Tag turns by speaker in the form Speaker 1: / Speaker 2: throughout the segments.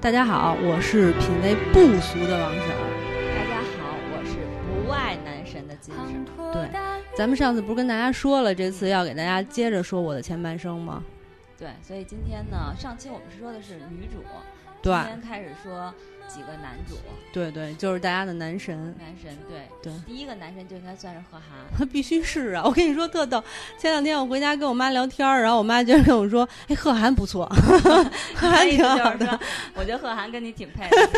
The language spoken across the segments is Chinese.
Speaker 1: 大家好，我是品味不俗的王婶儿。
Speaker 2: 大家好，我是不爱男神的金婶。
Speaker 1: 对，咱们上次不是跟大家说了，这次要给大家接着说我的前半生吗？
Speaker 2: 对，所以今天呢，上期我们说的是女主，
Speaker 1: 对
Speaker 2: 今天开始说几个男主，
Speaker 1: 对对，就是大家的男神。
Speaker 2: 男神对，
Speaker 1: 对
Speaker 2: 第一个男神就应该算是 贺涵，
Speaker 1: 他必须是啊！我跟你说特逗，前两天我回家跟我妈聊天儿，然后我妈居然跟我说：“哎，贺涵不错， 贺
Speaker 2: 他
Speaker 1: 涵
Speaker 2: 意
Speaker 1: 挺
Speaker 2: 思就
Speaker 1: 好
Speaker 2: 是
Speaker 1: 的。
Speaker 2: 说，我觉得贺涵跟你挺配 的。”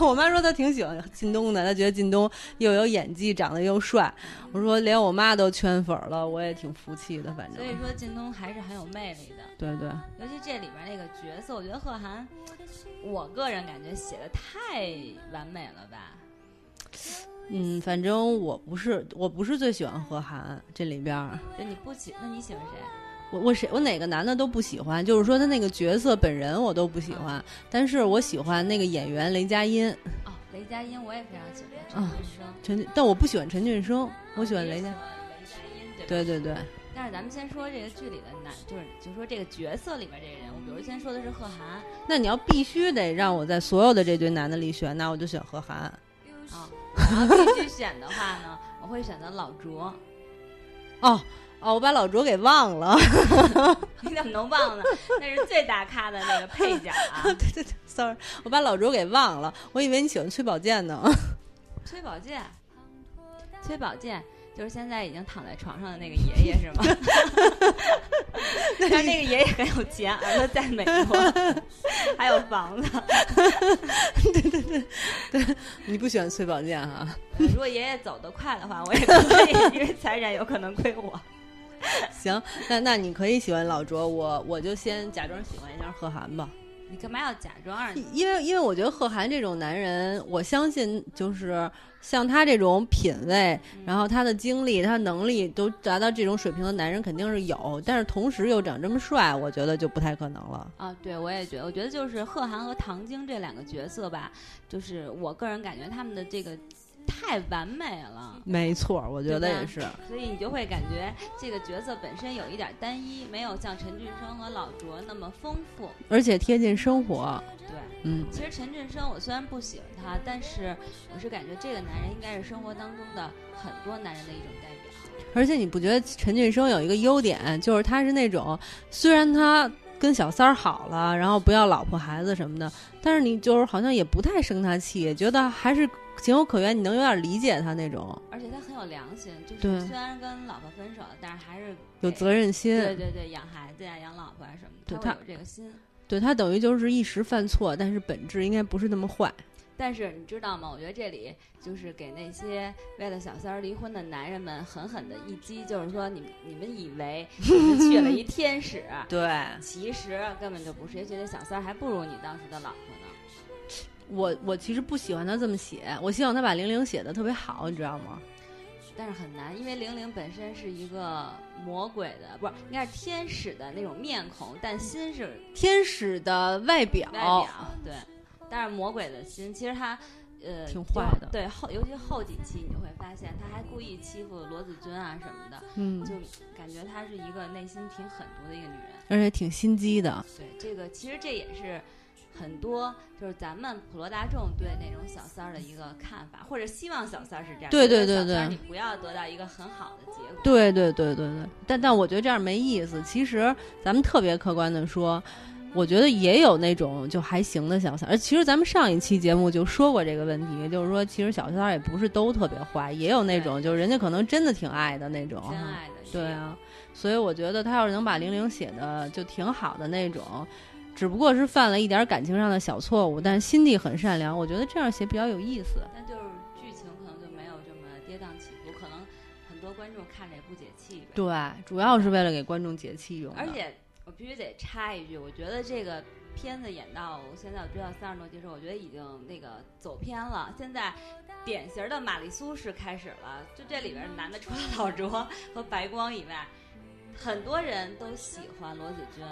Speaker 1: 我妈说她挺喜欢靳东的，她觉得靳东又有演技，长得又帅。我说连我妈都圈粉了，我也挺服气的，反正
Speaker 2: 所。以说，靳东还是很有魅力的，
Speaker 1: 对对，
Speaker 2: 尤其这里边那个角色，我觉得贺涵，我个人感觉写的太完美了吧。
Speaker 1: 嗯，反正我不是我不是最喜欢贺涵这里边儿，
Speaker 2: 就你不喜，那你喜欢谁？
Speaker 1: 我我谁我哪个男的都不喜欢，就是说他那个角色本人我都不喜欢，但是我喜欢那个演员雷佳音，
Speaker 2: 哦，雷佳音我也非常喜欢，
Speaker 1: 啊
Speaker 2: 陈俊生。
Speaker 1: 陈，但我不喜欢陈俊生，
Speaker 2: 啊
Speaker 1: 我喜欢
Speaker 2: 也
Speaker 1: 雷佳，
Speaker 2: 雷佳音，对吧
Speaker 1: 对对对，
Speaker 2: 但是咱们先说这个剧里的男，就是就说这个角色里边这个人物，比如先说的是贺涵
Speaker 1: 那你要必须得让我在所有的这堆男的里选，那我就选贺涵。
Speaker 2: 啊，然后继续选的话呢，我会选择老卓，
Speaker 1: 哦哦，我把老卓给忘了，
Speaker 2: 你怎么能 忘了？那是最大咖的那个配角啊，
Speaker 1: 对对对，sorry，我把老卓给忘了，我以为你喜欢崔宝剑呢。
Speaker 2: 崔宝剑，崔宝剑。就是现在已经躺在床上的那个爷爷是 吗？但是那个爷爷很有钱，儿子在美 国，还有房子。
Speaker 1: 你不喜欢崔宝剑哈、
Speaker 2: 呃如果爷爷走得快的话，我也可以， 因为财产有可能归我。
Speaker 1: 行，那那你可以喜欢老卓，我我就先假装喜欢一下贺涵吧，
Speaker 2: 你干嘛要假装啊？
Speaker 1: 因为因为我觉得贺涵这种男人，我相信就是像他这种品味，然后他的经历、他能力都达到这种水平的男人肯定是有，但是同时又长这么帅，我觉得就不太可能了。
Speaker 2: 啊，对，我也觉得，我觉得就是贺涵和唐晶这两个角色吧，就是我个人感觉他们的这个太完美了，
Speaker 1: 没错，我觉得也是。
Speaker 2: 所以你就会感觉这个角色本身有一点单一，没有像陈俊生和老卓那么丰富。
Speaker 1: 而且贴近生活，
Speaker 2: 对，
Speaker 1: 嗯，
Speaker 2: 其实陈俊生我虽然不喜欢他，但是我是感觉这个男人应该是生活当中的很多男人的一种代表。
Speaker 1: 而且你不觉得陈俊生有一个优点，就是他是那种虽然他跟小三儿好了，然后不要老婆孩子什么的，但是你就是好像也不太生他气，觉得还是情有可原，你能有点理解他那种
Speaker 2: 而且他很有良心，就
Speaker 1: 对
Speaker 2: 是虽然跟老婆分手了，但是还是
Speaker 1: 有
Speaker 2: 给
Speaker 1: 责任心。
Speaker 2: 对对对，养孩子呀、养老婆呀啊什么，
Speaker 1: 对
Speaker 2: 他
Speaker 1: 他
Speaker 2: 会有这个心。
Speaker 1: 对他等于就是一时犯错，但是本质应该不是那么坏。
Speaker 2: 但是你知道吗？我觉得这里就是给那些为了小三儿离婚的男人们狠狠的一击，就是说你你们以为你们娶了一天使，
Speaker 1: 对
Speaker 2: 其实根本就不是，也许那小三儿还不如你当时的老婆呢。
Speaker 1: 我，我其实不喜欢他这么写，我希望他把玲玲写的特别好，你知道吗？
Speaker 2: 但是很难，因为玲玲本身是一个魔鬼的，不是应该是天使的那种面孔，但心是
Speaker 1: 天使的外表，
Speaker 2: 外表，对，啊 但是魔鬼的心，其实他。呃，
Speaker 1: 挺
Speaker 2: 就
Speaker 1: 坏的
Speaker 2: 对后，尤其后几期你就会发现，他还故意欺负罗子君啊什么的，
Speaker 1: 嗯，
Speaker 2: 就感觉她是一个内心挺狠毒的一个女人。
Speaker 1: 而且挺心机的。
Speaker 2: 对，这个其实这也是很多就是咱们普罗大众对那种小三儿的一个看法，或者希望小三儿是这样。
Speaker 1: 对
Speaker 2: 觉得
Speaker 1: 对对
Speaker 2: 小三
Speaker 1: 对
Speaker 2: 儿你不要得到一个很好的结果。
Speaker 1: 对对对对对，但但我觉得这样没意思。其实咱们特别客观的说，我觉得也有那种就还行的小三儿。而其实咱们上一期节目就说过这个问题，就是说其实小三儿也不是都特别坏，也有那种就是人家可能真的挺爱的那种
Speaker 2: 真
Speaker 1: 哈。
Speaker 2: 爱的，
Speaker 1: 对，啊，所以我觉得他要是能把玲玲写的就挺好的那种，只不过是犯了一点感情上的小错误，但心地很善良，我觉得这样写比较有意思。
Speaker 2: 但就是剧情可能就没有这么跌宕起伏，可能很多观众看着也不解气呗。
Speaker 1: 对，主要是为了给观众解气用的。
Speaker 2: 而且我必须得插一句，我觉得这个片子演到现在，我追到三十多集的时候，我觉得已经那个走偏了。现在典型的玛丽苏式开始了，就这里边男的除了老卓和白光以外，很多人都喜欢罗子君、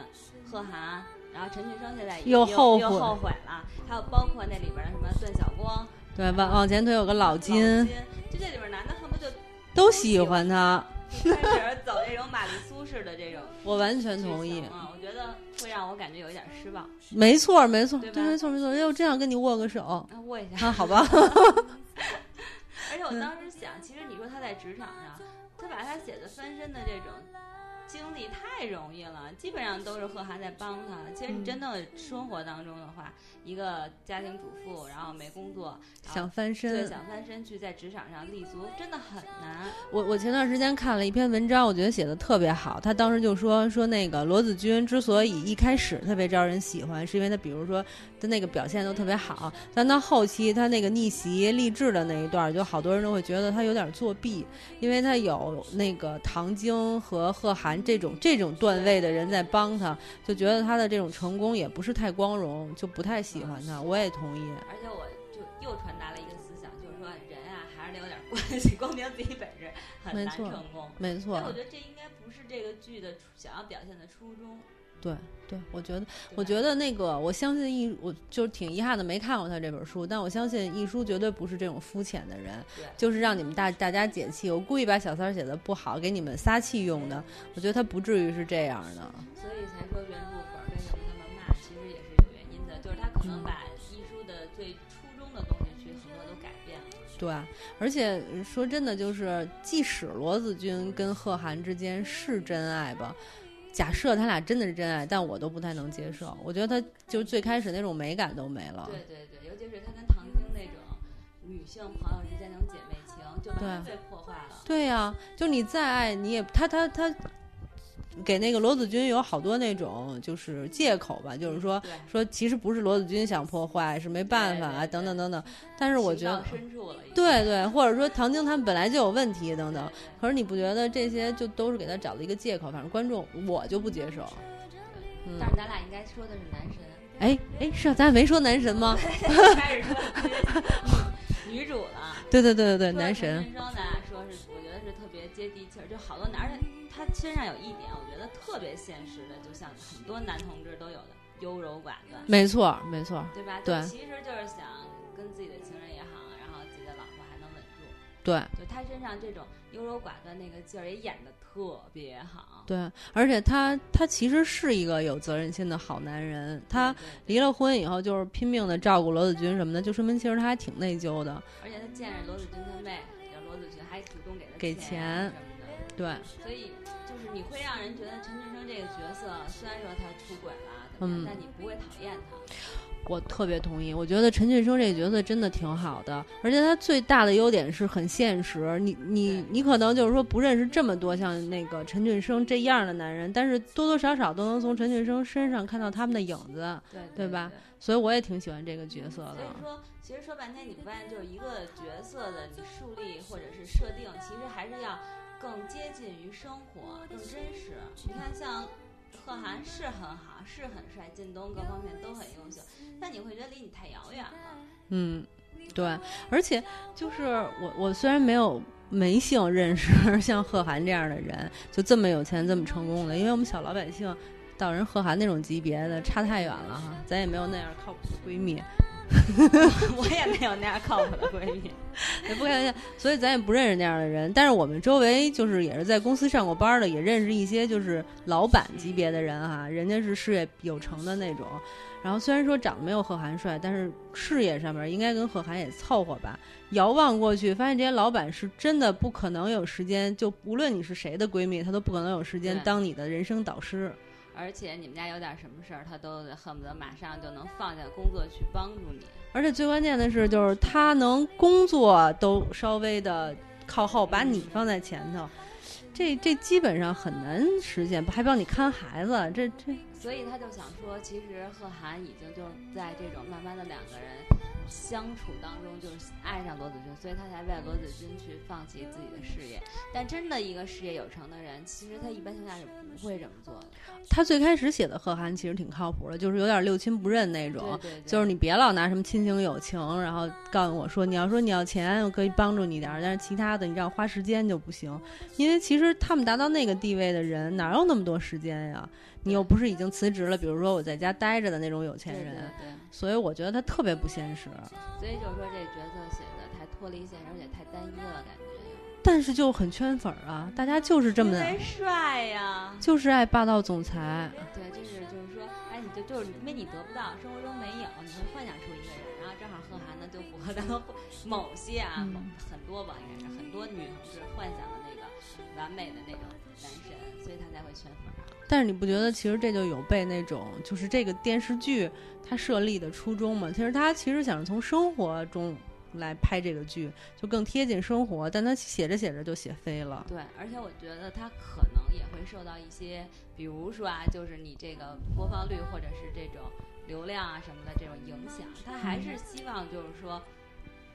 Speaker 2: 贺涵。然后陈俊生现在也
Speaker 1: 又后
Speaker 2: 又
Speaker 1: 悔
Speaker 2: 后悔了，还有包括那里边的什么段晓光、
Speaker 1: 对，往往前推有个老
Speaker 2: 老
Speaker 1: 金，
Speaker 2: 金，就这里边男的恨不得
Speaker 1: 都喜欢他，
Speaker 2: 就就开始走这种玛丽苏式的这种
Speaker 1: 我完全
Speaker 2: 剧
Speaker 1: 同意
Speaker 2: 情。了。我觉得会让我感觉有一点失望。
Speaker 1: 没错，没错，
Speaker 2: 对吧
Speaker 1: 对，没错，没错。哎，我真想跟你握个手
Speaker 2: 那握一下，
Speaker 1: 啊，好 吧？
Speaker 2: 而且我当时
Speaker 1: 嗯
Speaker 2: 想，其实你说他在职场上，他把他写的翻身的这种经历太容易了，基本上都是贺涵在帮他。其实你真
Speaker 1: 嗯
Speaker 2: 的生活当中的话，一个家庭主妇，然后没工作，然后
Speaker 1: 想翻
Speaker 2: 对
Speaker 1: 身，
Speaker 2: 想翻身去在职场上立足，真的很难。
Speaker 1: 我我前段时间看了一篇文章，我觉得写的特别好。他当时就说说那个罗子君之所以一开始特别招人喜欢，是因为他比如说他那个表现都特别好，但到后期他那个逆袭励志的那一段儿，就好多人都会觉得他有点作弊，因为他有那个唐晶和贺涵这种这种段位的人在帮他，就觉得他的这种成功也不是太光荣，就不太喜欢他。我也同意，
Speaker 2: 而且我就又传达了一个思想，就是说人啊，还是得有点关系， 光凭自己本事很
Speaker 1: 没
Speaker 2: 难
Speaker 1: 错
Speaker 2: 成功。
Speaker 1: 没错。
Speaker 2: 但我觉得这应该不是这个剧的初想要表现的初衷。
Speaker 1: 对对，我觉得，
Speaker 2: 对
Speaker 1: 我
Speaker 2: 吧
Speaker 1: 觉得那个，我相信易，我就是挺遗憾的没看过他这本书，但我相信易叔绝对不是这种肤浅的人
Speaker 2: 对，
Speaker 1: 就是让你们大大家解气。我故意把小三儿写的不好给你们撒气用的，我觉得他不至于是这样的。
Speaker 2: 所以才说原著粉儿为什么那么骂，其实也是有原因的，就是他可能把艺术的最初衷的东西去很多都改变了。
Speaker 1: 对，而且说真的，就是即使罗子君跟贺涵之间是真爱吧，假设他俩真的是真爱，但我都不太能接受。我觉得他就是最开始那种美感都没了。
Speaker 2: 对对对，尤其是他跟唐晶那种女性朋友之间那种姐妹情，就完全被破坏了。
Speaker 1: 对呀、就你再爱你也他他他给那个罗子君有好多那种就是借口吧，就是说
Speaker 2: 对，
Speaker 1: 说其实不是罗子君想破坏，是没办法啊
Speaker 2: 对对对
Speaker 1: 等等等等。但是我觉得
Speaker 2: 情到，深处了已经。
Speaker 1: 对对，或者说唐晶他们本来就有问题等等。
Speaker 2: 对
Speaker 1: 可是你不觉得这些就都是给他找了一个借口？反正观众我就不接受。嗯
Speaker 2: 但，是咱俩应该说的是男 神，
Speaker 1: 哎哎，是啊，咱没说男神吗？
Speaker 2: 开始说女女主了。
Speaker 1: 对对对对对，
Speaker 2: 说
Speaker 1: 男
Speaker 2: 陈
Speaker 1: 神。
Speaker 2: 振声呢，说是我觉得是特别接地气儿，就好多男人他身上有一点，我觉得特别现实的，就像很多男同志都有的优柔寡断，
Speaker 1: 没错没错，
Speaker 2: 对吧？
Speaker 1: 嗯对
Speaker 2: 就其实就是想跟自己的情人也好，然后自己的老婆还能稳住，
Speaker 1: 对。
Speaker 2: 就他身上这种优柔寡断那个劲儿也演的特别好。
Speaker 1: 对，而且他他其实是一个有责任心的好男人，他
Speaker 2: 对，对
Speaker 1: 离了婚以后就是拼命的照顾罗子君什么的，就说明其实他还挺内疚的。
Speaker 2: 而且他见着罗子君他妹，然后罗子君还主动给他
Speaker 1: 给
Speaker 2: 钱
Speaker 1: 钱
Speaker 2: 啊什么的。
Speaker 1: 对，
Speaker 2: 所以就是你会让人觉得陈俊生这个角色，虽然说他出轨了，怎么样，
Speaker 1: 嗯
Speaker 2: 但你不会讨厌他。
Speaker 1: 我特别同意。我觉得陈俊生这个角色真的挺好的，而且他最大的优点是很现实。你你
Speaker 2: 对
Speaker 1: 你可能就是说不认识这么多像那个陈俊生这样的男人，但是多多少少都能从陈俊生身上看到他们的影子，
Speaker 2: 对
Speaker 1: 对吧？所以我也挺喜欢这个角色
Speaker 2: 所
Speaker 1: 的。
Speaker 2: 以说，其实说半天，你发现就是一个角色的你树立或者是设定，其实还是要更接近于生活，更真实。你看，像贺涵是很好，是很帅，靳东各方面都很优秀，但你会觉得离你太遥远了。
Speaker 1: 嗯，对，而且就是我，我虽然没有没幸认识 像贺涵这样的人，就这么有钱、这么成功的，因为我们小老百姓到人贺涵那种级别的差太远了哈，咱也没有那样靠谱的闺蜜，
Speaker 2: 我也没有那样靠谱的闺蜜。
Speaker 1: 也不感谢，所以咱也不认识那样的人。但是我们周围就是也是在公司上过班的，也认识一些就是老板级别的人哈、人家是事业有成的那种。然后虽然说长得没有贺涵帅，但是事业上面应该跟贺涵也凑合吧。遥望过去，发现这些老板是真的不可能有时间，就无论你是谁的闺蜜，她都不可能有时间
Speaker 2: 对
Speaker 1: 当你的人生导师。
Speaker 2: 而且你们家有点什么事儿，他都恨不得马上就能放下工作去帮助你。
Speaker 1: 而且最关键的是，就是他能工作都稍微的靠后，把你放在前头，这这基本上很难实现，还帮你看孩子，这这
Speaker 2: 所以他就想说，其实贺涵已经就在这种慢慢的两个人相处当中，就是爱上罗子君，所以他才为了罗子君去放弃自己的事业。但真的一个事业有成的人，其实他一般情况下是不会这么做的。
Speaker 1: 他最开始写的贺涵其实挺靠谱的，就是有点六亲不认那种。
Speaker 2: 对对对，
Speaker 1: 啊就是你别老拿什么亲情友情，然后告诉我说你要说你要钱，我可以帮助你点儿，但是其他的你让我花时间就不行，因为其实他们达到那个地位的人哪有那么多时间呀？你又不是已经辞职了，比如说我在家待着的那种有钱
Speaker 2: 对
Speaker 1: 人，
Speaker 2: 对对，
Speaker 1: 所以我觉得他特别不现实。
Speaker 2: 所以就是说这角色写的太脱离现实，而且太单一了，感觉。
Speaker 1: 但是就很圈粉儿啊，大家就是这么
Speaker 2: 因为帅呀。
Speaker 1: 就是爱霸道总裁，
Speaker 2: 对，这是就是说，哎，你就就是因为你得不到，生活中没有，你会幻想出一个人，然后正好贺涵呢就符合咱们 某些啊，
Speaker 1: 嗯
Speaker 2: 某很多吧，应该是很多女同志幻想的那个完美的那个男神，所以她才会圈粉儿。
Speaker 1: 但是你不觉得其实这就有被那种就是这个电视剧它设立的初衷吗？其实它其实想是从生活中来拍这个剧，就更贴近生活，但它写着写着就写飞了。
Speaker 2: 对，而且我觉得他可能也会受到一些，比如说啊，就是你这个播放率或者是这种流量啊什么的这种影响，他还是希望就是说。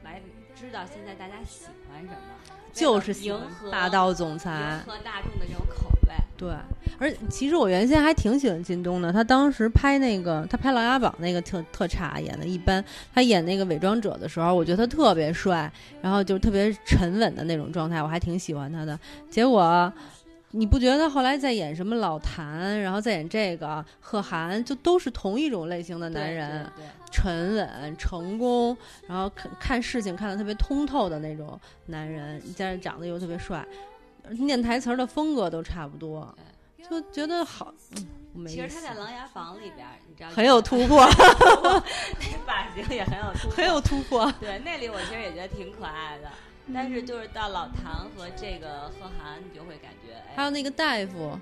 Speaker 2: 来知道现在大家喜欢什么，为
Speaker 1: 就
Speaker 2: 了
Speaker 1: 是喜
Speaker 2: 迎
Speaker 1: 欢
Speaker 2: 合
Speaker 1: 霸道总
Speaker 2: 迎
Speaker 1: 裁，
Speaker 2: 合大众的这种口味。
Speaker 1: 对。而其实我原先还挺喜欢靳东的，他当时拍那个他拍《琅琊榜》那个特特差，演的一般。他演那个伪装者的时候，我觉得他特别帅，然后就是特别沉稳的那种状态，我还挺喜欢他的。结果。你不觉得他后来在演什么老谭，然后再演这个贺涵，就都是同一种类型的男
Speaker 2: 对
Speaker 1: 人？
Speaker 2: 对对
Speaker 1: 沉稳、成功，然后看看事情看得特别通透的那种男人，加上长得又特别帅，念台词儿的风格都差不多，就觉得好，嗯没
Speaker 2: 其
Speaker 1: 意
Speaker 2: 实他在《
Speaker 1: 思，
Speaker 2: 琅琊榜》里边儿，你知道
Speaker 1: 很有 突破，
Speaker 2: 那发型也很有 突破
Speaker 1: 很有突破。
Speaker 2: 对，那里我其实也觉得挺可爱的。
Speaker 1: 嗯
Speaker 2: 但是就是到老谭和这个贺涵，你就会感觉哎，
Speaker 1: 还有那个大夫，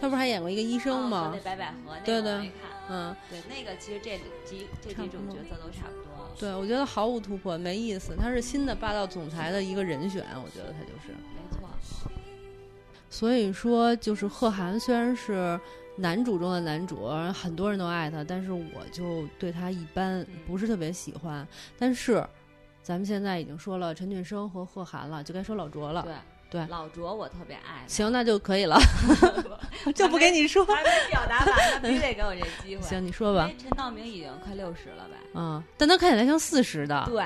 Speaker 1: 他不是还演过一个医生
Speaker 2: 哦
Speaker 1: 吗
Speaker 2: 和那？白百合那
Speaker 1: 对
Speaker 2: 个我
Speaker 1: 对
Speaker 2: 没看，
Speaker 1: 嗯，
Speaker 2: 对，那个其实这几这
Speaker 1: 差
Speaker 2: 几
Speaker 1: 不
Speaker 2: 种
Speaker 1: 多
Speaker 2: 角色都差不多。
Speaker 1: 对，我觉得毫无突破，没意思。他是新的霸道总裁的一个人选，我觉得他就是。
Speaker 2: 没错，
Speaker 1: 所以说，就是贺涵虽然是男主中的男主，很多人都爱他，但是我就对他一般
Speaker 2: 嗯，
Speaker 1: 不是特别喜欢。但是，咱们现在已经说了陈俊生和贺涵了，就该说老卓了。
Speaker 2: 对
Speaker 1: 对，
Speaker 2: 老卓我特别爱
Speaker 1: 行，那就可以 了， 就不给你说。
Speaker 2: 还没表达完，他必须得给我这机 会。
Speaker 1: 行，你说
Speaker 2: 因
Speaker 1: 吧
Speaker 2: 为。陈道明已经快六十了吧？
Speaker 1: 嗯，但他看起来像四十的，
Speaker 2: 对，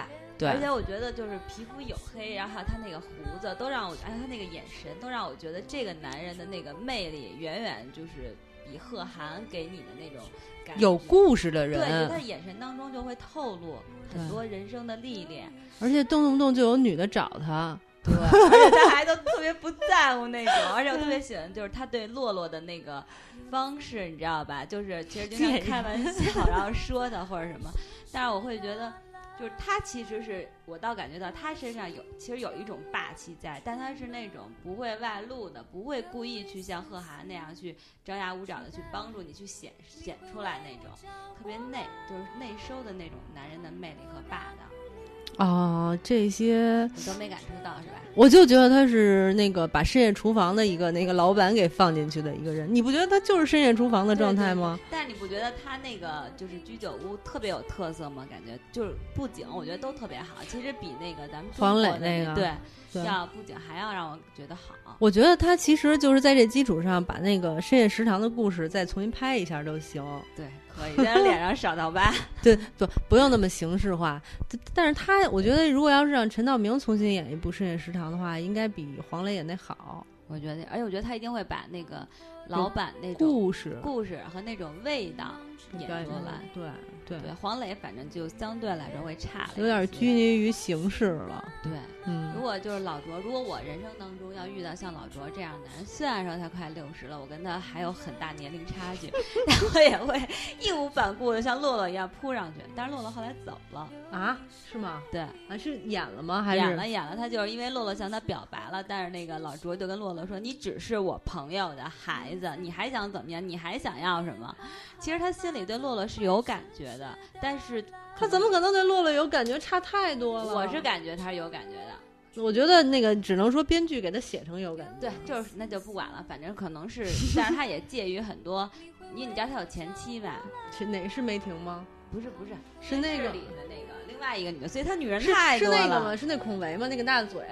Speaker 2: 而
Speaker 1: 对
Speaker 2: 且我觉得就是皮肤黝黑，然后还有他那个胡子，都让我，哎，他那个眼神，都让我觉得这个男人的那个魅力，远远就是比贺涵给你的那种感觉
Speaker 1: 有故事的
Speaker 2: 对，就他
Speaker 1: 人，
Speaker 2: 眼神当中就会透露很
Speaker 1: 对
Speaker 2: 多人生的历练，
Speaker 1: 而且动不动就有女的找他。
Speaker 2: 对，而且他还都特别不在乎那种，而且我特别喜欢就是他对洛洛的那个方式，你知道吧？就是其实经常开玩笑，然后说他或者什么，但是我会觉得。就是他其实是我倒感觉到他身上有其实有一种霸气在，但他是那种不会外露的，不会故意去像贺涵那样去张牙舞爪的去帮助你去显显出来那种特别内就是内收的那种男人的魅力和霸道，
Speaker 1: 啊，这些
Speaker 2: 你都没感受到是吧？
Speaker 1: 我就觉得他是那个把深夜厨房的一个那个老板给放进去的一个人，你不觉得他就是深夜厨房的状态吗？
Speaker 2: 但是你不觉得他那个就是居酒屋特别有特色吗？感觉就是布景，我觉得都特别好，其实比那个咱们中
Speaker 1: 黄
Speaker 2: 国
Speaker 1: 磊
Speaker 2: 的
Speaker 1: 那
Speaker 2: 那
Speaker 1: 个对
Speaker 2: 要布景还要让我觉得好。
Speaker 1: 我觉得他其实就是在这基础上把那个深夜食堂的故事再重新拍一下都行，
Speaker 2: 对，可以，但是 脸上少到吧。
Speaker 1: 对，不不用那么形式化。但但是他，我觉得如果要是让陈道明重新演一部深夜食堂的话，应该比黄磊演那好。
Speaker 2: 我觉得，而且我觉得他一定会把那个老板那种
Speaker 1: 故事
Speaker 2: 故事和那种味道演
Speaker 1: 对
Speaker 2: 出来。
Speaker 1: 对对，
Speaker 2: 对，黄磊反正就相对来说会差了一些，
Speaker 1: 有点拘泥于形式了。
Speaker 2: 对，如
Speaker 1: 嗯，
Speaker 2: 果就是老卓，如果我人生当中要遇到像老卓这样的人，虽然说他快六十了，我跟他还有很大年龄差距， 但我也会义无反顾的像洛洛一样扑上去。但是洛洛后来走了，
Speaker 1: 啊，是吗？
Speaker 2: 对，
Speaker 1: 啊，是演了吗？还是
Speaker 2: 演了演了，他就是因为洛洛向他表白了，但是那个老卓就跟洛洛说：“你只是我朋友的孩子，你还想怎么样？你还想要什么？”其实他心里对洛洛是有感觉的，但是
Speaker 1: 他怎么可能对洛洛有感觉？差太多了。
Speaker 2: 我是，感觉他是有感觉的。
Speaker 1: 我觉得那个只能说编剧给他写成有感觉。
Speaker 2: 对，就是那就不管了，反正可能是，但是他也介于很多，因为你知道他有前妻吧？
Speaker 1: 是哪是梅婷吗？
Speaker 2: 不是不是，
Speaker 1: 是那
Speaker 2: 市
Speaker 1: 个
Speaker 2: 里的那个另外一个女的，所以她女人
Speaker 1: 是
Speaker 2: 太
Speaker 1: 是
Speaker 2: 多
Speaker 1: 那个
Speaker 2: 了
Speaker 1: 吗？。是那孔维吗？那个大嘴，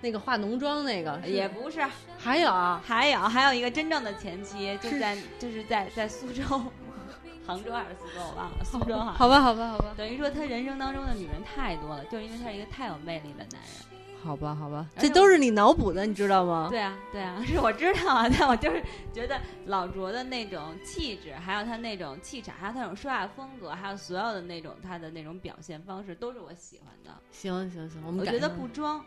Speaker 1: 那个化浓妆那个是
Speaker 2: 也不是，
Speaker 1: 还有啊
Speaker 2: 还有还有一个真正的前妻，就是在就是在在苏州、 杭州还是苏州，我忘了，苏州哈。
Speaker 1: 好吧，好吧，好吧，
Speaker 2: 等于说他人生当中的女人太多了，就是因为他是一个太有魅力的男人。
Speaker 1: 好吧，好吧，
Speaker 2: 而且
Speaker 1: 这都是你脑补的，你知道吗？
Speaker 2: 对啊，对啊， 是我知道啊，但我就是觉得老卓的那种气质，还有他那种气场，还有他那种说话风格，还有所有的那种他的那种表现方式，都是我喜欢的。
Speaker 1: 行行行，我们
Speaker 2: 我
Speaker 1: 改
Speaker 2: 觉得
Speaker 1: 一下
Speaker 2: 不装，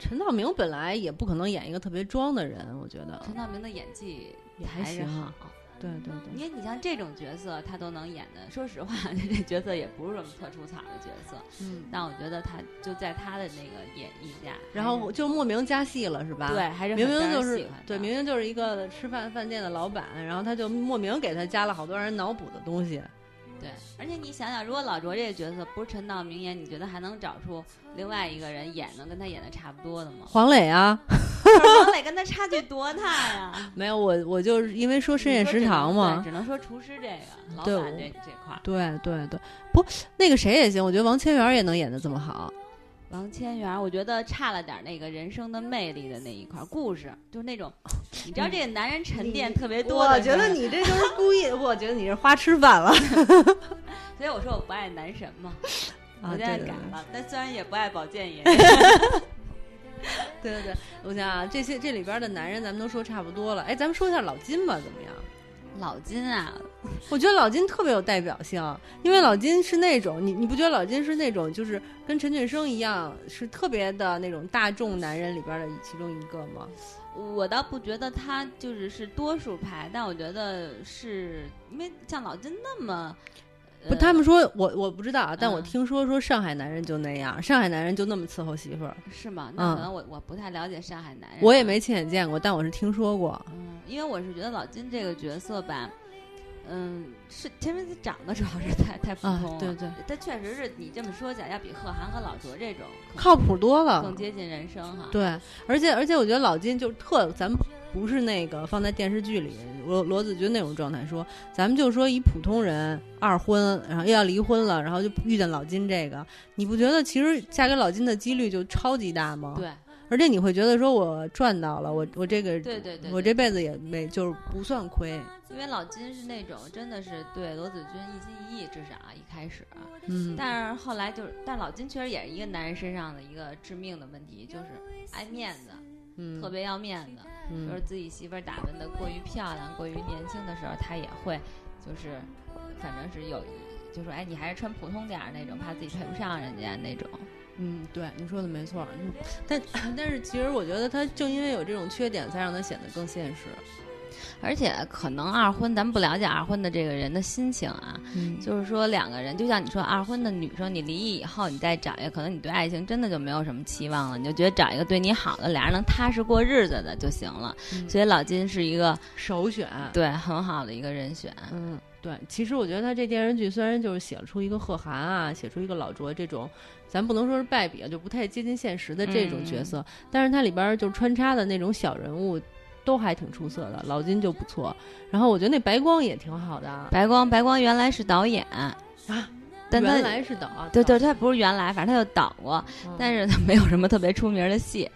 Speaker 1: 陈道明本来也不可能演一个特别装的人，我觉得
Speaker 2: 陈道明的演技
Speaker 1: 也还
Speaker 2: 还是
Speaker 1: 行
Speaker 2: 好
Speaker 1: 啊。对对
Speaker 2: 因
Speaker 1: 对，
Speaker 2: 为你像这种角色，他都能演的。说实话， 这角色也不是什么特出彩的角色，
Speaker 1: 嗯。
Speaker 2: 但我觉得他就在他的那个演绎下，
Speaker 1: 然后就莫名加戏了，是吧？
Speaker 2: 对，，还是
Speaker 1: 明
Speaker 2: 很
Speaker 1: 明
Speaker 2: 招
Speaker 1: 就
Speaker 2: 人
Speaker 1: 是
Speaker 2: 喜欢
Speaker 1: 对，
Speaker 2: 的
Speaker 1: 明明就是一个吃饭饭店的老板，然后他就莫名给他加了好多让人脑补的东西。？
Speaker 2: 对。而且你想想，如果老卓这个角色不是陈道明演，你觉得还能找出另外一个人演能跟他演的差不多的吗
Speaker 1: 黄磊啊，
Speaker 2: 王磊跟他差距多大呀？
Speaker 1: 没有我，我就是因为说深夜
Speaker 2: 你说
Speaker 1: 食
Speaker 2: 只能
Speaker 1: 堂嘛
Speaker 2: 对，只能说厨师这个老
Speaker 1: 对
Speaker 2: 板
Speaker 1: 我
Speaker 2: 这这块儿。
Speaker 1: 对对对，不，那个谁也行，我觉得王千源也能演的这么好。
Speaker 2: 王千源，我觉得差了点那个人生的魅力的那一块儿故事，就是那种，你知道这个男人沉淀特别多的时候，
Speaker 1: 你这就是故意，我觉得你是花痴犯 了
Speaker 2: 所以我说我不爱男神嘛，我
Speaker 1: 啊！
Speaker 2: 现
Speaker 1: 对
Speaker 2: 在
Speaker 1: 对
Speaker 2: 改
Speaker 1: 对
Speaker 2: 了，但虽然也不爱保健 爷，
Speaker 1: 对对对，我想啊，这些这里边的男人咱们都说差不多了，哎，咱们说一下老金吧，怎么样？
Speaker 2: 老金啊，
Speaker 1: 我觉得老金特别有代表性，因为老金是那种你你不觉得老金是那种就是跟陈俊生一样是特别的那种大众男人里边的其中一个吗？
Speaker 2: 我倒不觉得他就是是多数派，但我觉得是因为像老金那么，呃
Speaker 1: 不，他们说我我不知道啊，但我
Speaker 2: 嗯
Speaker 1: 听说说上海男人就那样，上海男人就那么伺候媳妇儿，
Speaker 2: 呃是吗？那
Speaker 1: 嗯
Speaker 2: 可能我、我不太了解上海男人，
Speaker 1: 我也没亲眼见过，但我是听说过。
Speaker 2: 嗯，因为我是觉得老金这个角色吧，嗯，是因为他长得主要是太太普
Speaker 1: 啊
Speaker 2: 通了，
Speaker 1: 对对，
Speaker 2: 但确实是你这么说起来，要比贺涵和老卓这种可能
Speaker 1: 靠谱多了
Speaker 2: 更。接近人生哈。
Speaker 1: 对，而且而且我觉得老金就是特，咱们不是那个放在电视剧里罗罗子君那种状态说，咱们就说一普通人二婚，然后又要离婚了，然后就遇见老金这个，你不觉得其实嫁给老金的几率就超级大吗？，
Speaker 2: 对
Speaker 1: 而且你会觉得说我赚到了，我我这个
Speaker 2: 对对对
Speaker 1: 我这辈子也没就是不算亏，
Speaker 2: 因为老金是那种真的是对罗子君一心一意，至少啊一开始啊，
Speaker 1: 嗯，
Speaker 2: 但是后来就是，但老金确实也是一个男人身上的一个致命的问题，就是爱面子，
Speaker 1: 嗯
Speaker 2: 特别要面子，
Speaker 1: 嗯
Speaker 2: 就是自己媳妇儿打扮的过于漂亮、过于年轻的时候，他也会就是，反正是有，就说哎，你还是穿普通点儿那种，怕自己配不上人家那种。
Speaker 1: 嗯，对，你说的没错儿。嗯但但是其实我觉得他正因为有这种缺点，才让他显得更现实。
Speaker 2: 而且可能二婚，咱们不了解二婚的这个人的心情啊，
Speaker 1: 嗯
Speaker 2: 就是说两个人，就像你说二婚的女生，你离异以后，你再找一个，可能你对爱情真的就没有什么期望了，你就觉得找一个对你好的，俩人能踏实过日子的就行了。
Speaker 1: 嗯
Speaker 2: 所以老金是一个
Speaker 1: 首选。
Speaker 2: 对很好的一个人选。
Speaker 1: 嗯，对，其实我觉得他这电视剧虽然就是写出一个贺涵啊，写出一个老卓这种，咱不能说是败笔啊，就不太接近现实的这种
Speaker 2: 嗯
Speaker 1: 角色，但是它里边儿就穿插的那种小人物都还挺出色的，老金就不错，然后我觉得那白光也挺好的啊，
Speaker 2: 白光，白光原来是导演，但他
Speaker 1: 原来是导啊，
Speaker 2: 对对，他不是原来，反正他就导过，
Speaker 1: 嗯，
Speaker 2: 但是他没有什么特别出名的戏。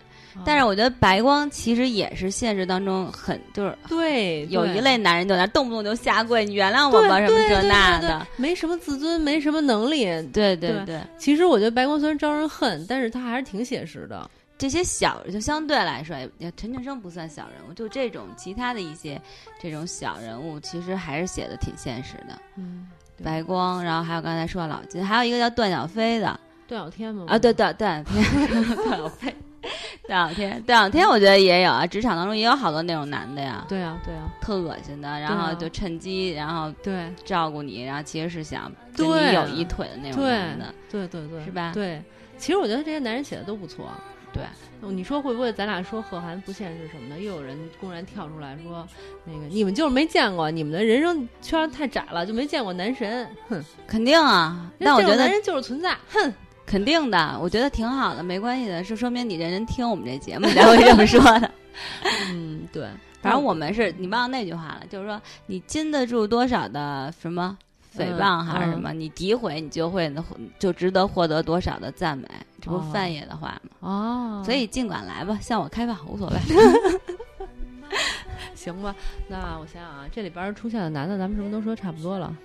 Speaker 2: 但是
Speaker 1: 啊
Speaker 2: 我觉得白光其实也是现实当中很就是
Speaker 1: 对
Speaker 2: 有
Speaker 1: 对
Speaker 2: 一类男人就在那儿动不动就下跪，你原谅我吧
Speaker 1: 对
Speaker 2: 什么
Speaker 1: 对
Speaker 2: 这
Speaker 1: 对
Speaker 2: 那
Speaker 1: 对
Speaker 2: 的。
Speaker 1: 没什么自尊，没什么能力，
Speaker 2: 对对
Speaker 1: 对
Speaker 2: 对，
Speaker 1: 其实我觉得白光虽然招人恨，但是他还是挺写实的，
Speaker 2: 这些小就相对来说，也陈俊生不算小人物，就这种其他的一些这种小人物，其实还是写的挺现实的。
Speaker 1: 嗯，对
Speaker 2: 白光，然后还有刚才说的老金，还有一个叫段小飞的，
Speaker 1: 段小天嘛
Speaker 2: 啊，对，对对，段小飞， 段小天，段小天，我觉得也有啊，职场当中也有好多那种男的呀，
Speaker 1: 对啊对啊
Speaker 2: 特恶心的，然后就趁机，然后
Speaker 1: 对。
Speaker 2: 照顾你，然后其实是想跟
Speaker 1: 对
Speaker 2: 你有一腿的那种男的，
Speaker 1: 对对对，
Speaker 2: 是吧
Speaker 1: 对，其实我觉得这些男人写的都不错。
Speaker 2: 对，
Speaker 1: 你说会不会咱俩说贺涵不现实什么的，又有人公然跳出来说，那个你们就是没见过，你们的人生圈儿太窄了，就没见过男神。哼，
Speaker 2: 肯定啊。但我
Speaker 1: 这种
Speaker 2: 觉
Speaker 1: 男
Speaker 2: 得
Speaker 1: 人就是 存在。
Speaker 2: 肯定的，我觉得挺好的，没关系的，是说明你认真听我们这节目，你才会这么说的。
Speaker 1: 嗯，对，
Speaker 2: 反正我们是你忘了那句话了，就是说你经得住多少的什么诽谤还是什么，你诋毁你就会就值得获得多少的赞美，这不是
Speaker 1: 哦
Speaker 2: 范爷的话吗？
Speaker 1: 哦，
Speaker 2: 所以尽管来吧，向我开吧，无所谓。
Speaker 1: 行吧，那我想想啊，这里边儿出现的男的，咱们是不是都说差不多了？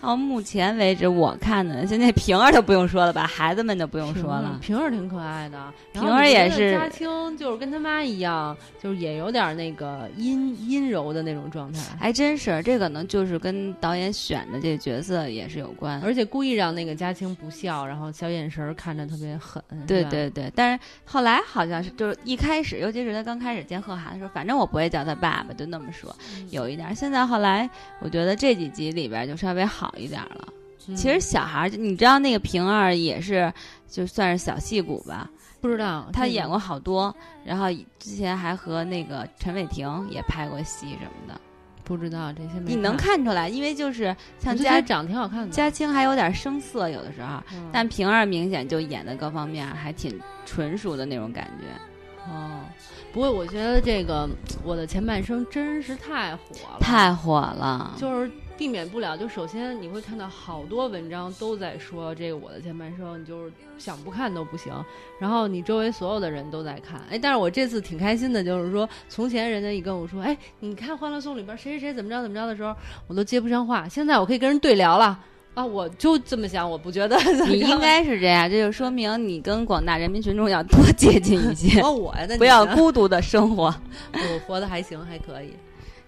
Speaker 2: 到目前为止，我看的现在平儿就不用说了吧，孩子们就不用说了。
Speaker 1: 平儿挺可爱的，
Speaker 2: 平儿也是
Speaker 1: 然后我觉得嘉青就是跟他妈一样，就是也有点那个阴阴柔的那种状态，
Speaker 2: 还真是，这可能就是跟导演选的这角色也是有关。
Speaker 1: 而且故意让那个嘉青不笑，然后小眼神儿看着特别狠。
Speaker 2: 对
Speaker 1: 是吧，
Speaker 2: 对对，但是后来好像是就是一开始，尤其是他刚开始见贺涵的时候，反正我不会叫他爸爸，就那么说，有一点儿。现在后来，我觉得这几集里边儿就稍微好一点儿了。
Speaker 1: 嗯
Speaker 2: 其实小孩儿，你知道那个平儿也是，就算是小戏骨吧，
Speaker 1: 不知道
Speaker 2: 她
Speaker 1: 这个
Speaker 2: 演过好多，然后之前还和那个陈伟霆也拍过戏什么的。
Speaker 1: 不知道这些没
Speaker 2: 你能
Speaker 1: 看
Speaker 2: 看出来，因为就是像
Speaker 1: 我觉得她
Speaker 2: 嘉
Speaker 1: 长挺好看的，
Speaker 2: 嘉青还有点生涩，有的时候，
Speaker 1: 嗯
Speaker 2: 但平儿明显就演的各方面还挺纯熟的那种感觉。
Speaker 1: 哦，不过我觉得这个我的前半生真是太火了，
Speaker 2: 太火了，
Speaker 1: 就是避免不了，就首先你会看到好多文章都在说这个我的前半生，你就是想不看都不行。然后你周围所有的人都在看，哎，但是我这次挺开心的，就是说从前人家一跟我说，哎，你看《欢乐颂》里边谁谁谁怎么着怎么着的时候，我都接不上话，现在我可以跟人对聊了。啊，我就这么想，我不觉得
Speaker 2: 你应该是这样，这就说明你跟广大人民群众要多接近一些，
Speaker 1: 活 我呀，那你
Speaker 2: 不要
Speaker 1: 呢
Speaker 2: 孤独的生活。
Speaker 1: 我活的还行，还可以。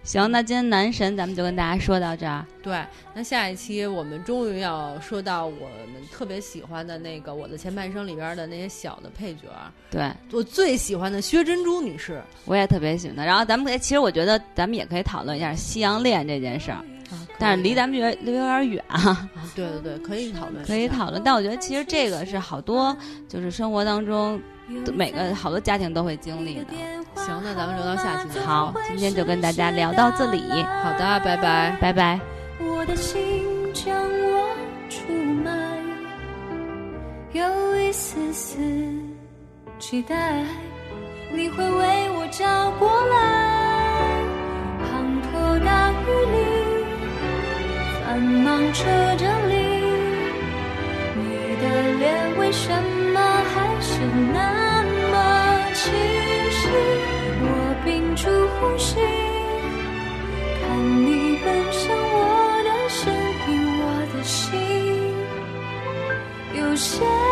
Speaker 2: 行，那今天男神咱们就跟大家说到这儿，
Speaker 1: 对，那下一期我们终于要说到我们特别喜欢的那个《我的前半生》里边的那些小的配角儿，
Speaker 2: 对
Speaker 1: 我最喜欢的薛珍珠女士
Speaker 2: 我也特别喜欢他。然后咱们可以，其实我觉得咱们也可以讨论一下西洋恋这件事儿，
Speaker 1: 啊，
Speaker 2: 但是离咱们有离有点远啊，
Speaker 1: 啊对对对，可以讨论，
Speaker 2: 可以。讨论。但我觉得其实这个是好多就是生活当中每
Speaker 3: 每
Speaker 2: 个
Speaker 3: 个
Speaker 2: 好多家庭都会经历
Speaker 3: 里
Speaker 2: 的。
Speaker 3: 的。
Speaker 1: 行那咱们留到下期再说
Speaker 3: 好，今天就跟大家聊到这里。
Speaker 1: 好的，拜拜。
Speaker 2: 拜拜。
Speaker 3: 我的心将我出卖，有一丝丝期待，你会为我找过来。滂沱大雨里，繁忙车站里，你的脸为什么还是那么清晰？我屏住呼吸。看你奔向我的身影，我的心有些